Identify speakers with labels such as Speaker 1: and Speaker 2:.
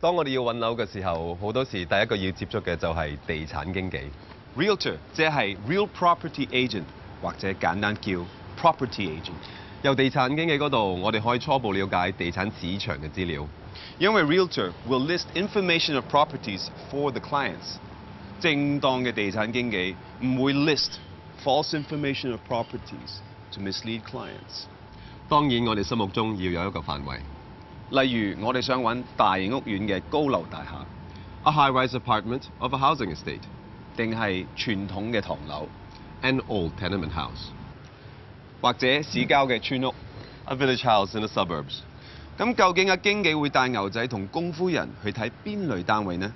Speaker 1: 當我哋要揾樓嘅時候，好多時第一個要接觸嘅就係地產經紀。
Speaker 2: Realtor 即係 real property agent，或者簡單叫 property agent。
Speaker 1: 由地產經紀嗰度，我哋可以初步了解地產市場嘅資料。
Speaker 2: 因為 realtor will list information of properties for the clients。正當嘅地產經紀唔會 list false information of properties to mislead clients。
Speaker 1: 當然，我哋心目中要有一個範圍。
Speaker 2: 例如，我哋想揾大型屋苑嘅高樓大廈，
Speaker 1: A high-rise apartment of a housing estate,
Speaker 2: 定係傳統嘅唐樓，
Speaker 1: an old tenement house,
Speaker 2: 或者市郊嘅村屋。
Speaker 1: a village house in the suburbs.
Speaker 2: 咁究竟阿經紀會帶牛仔同功夫人去睇邊類單位呢？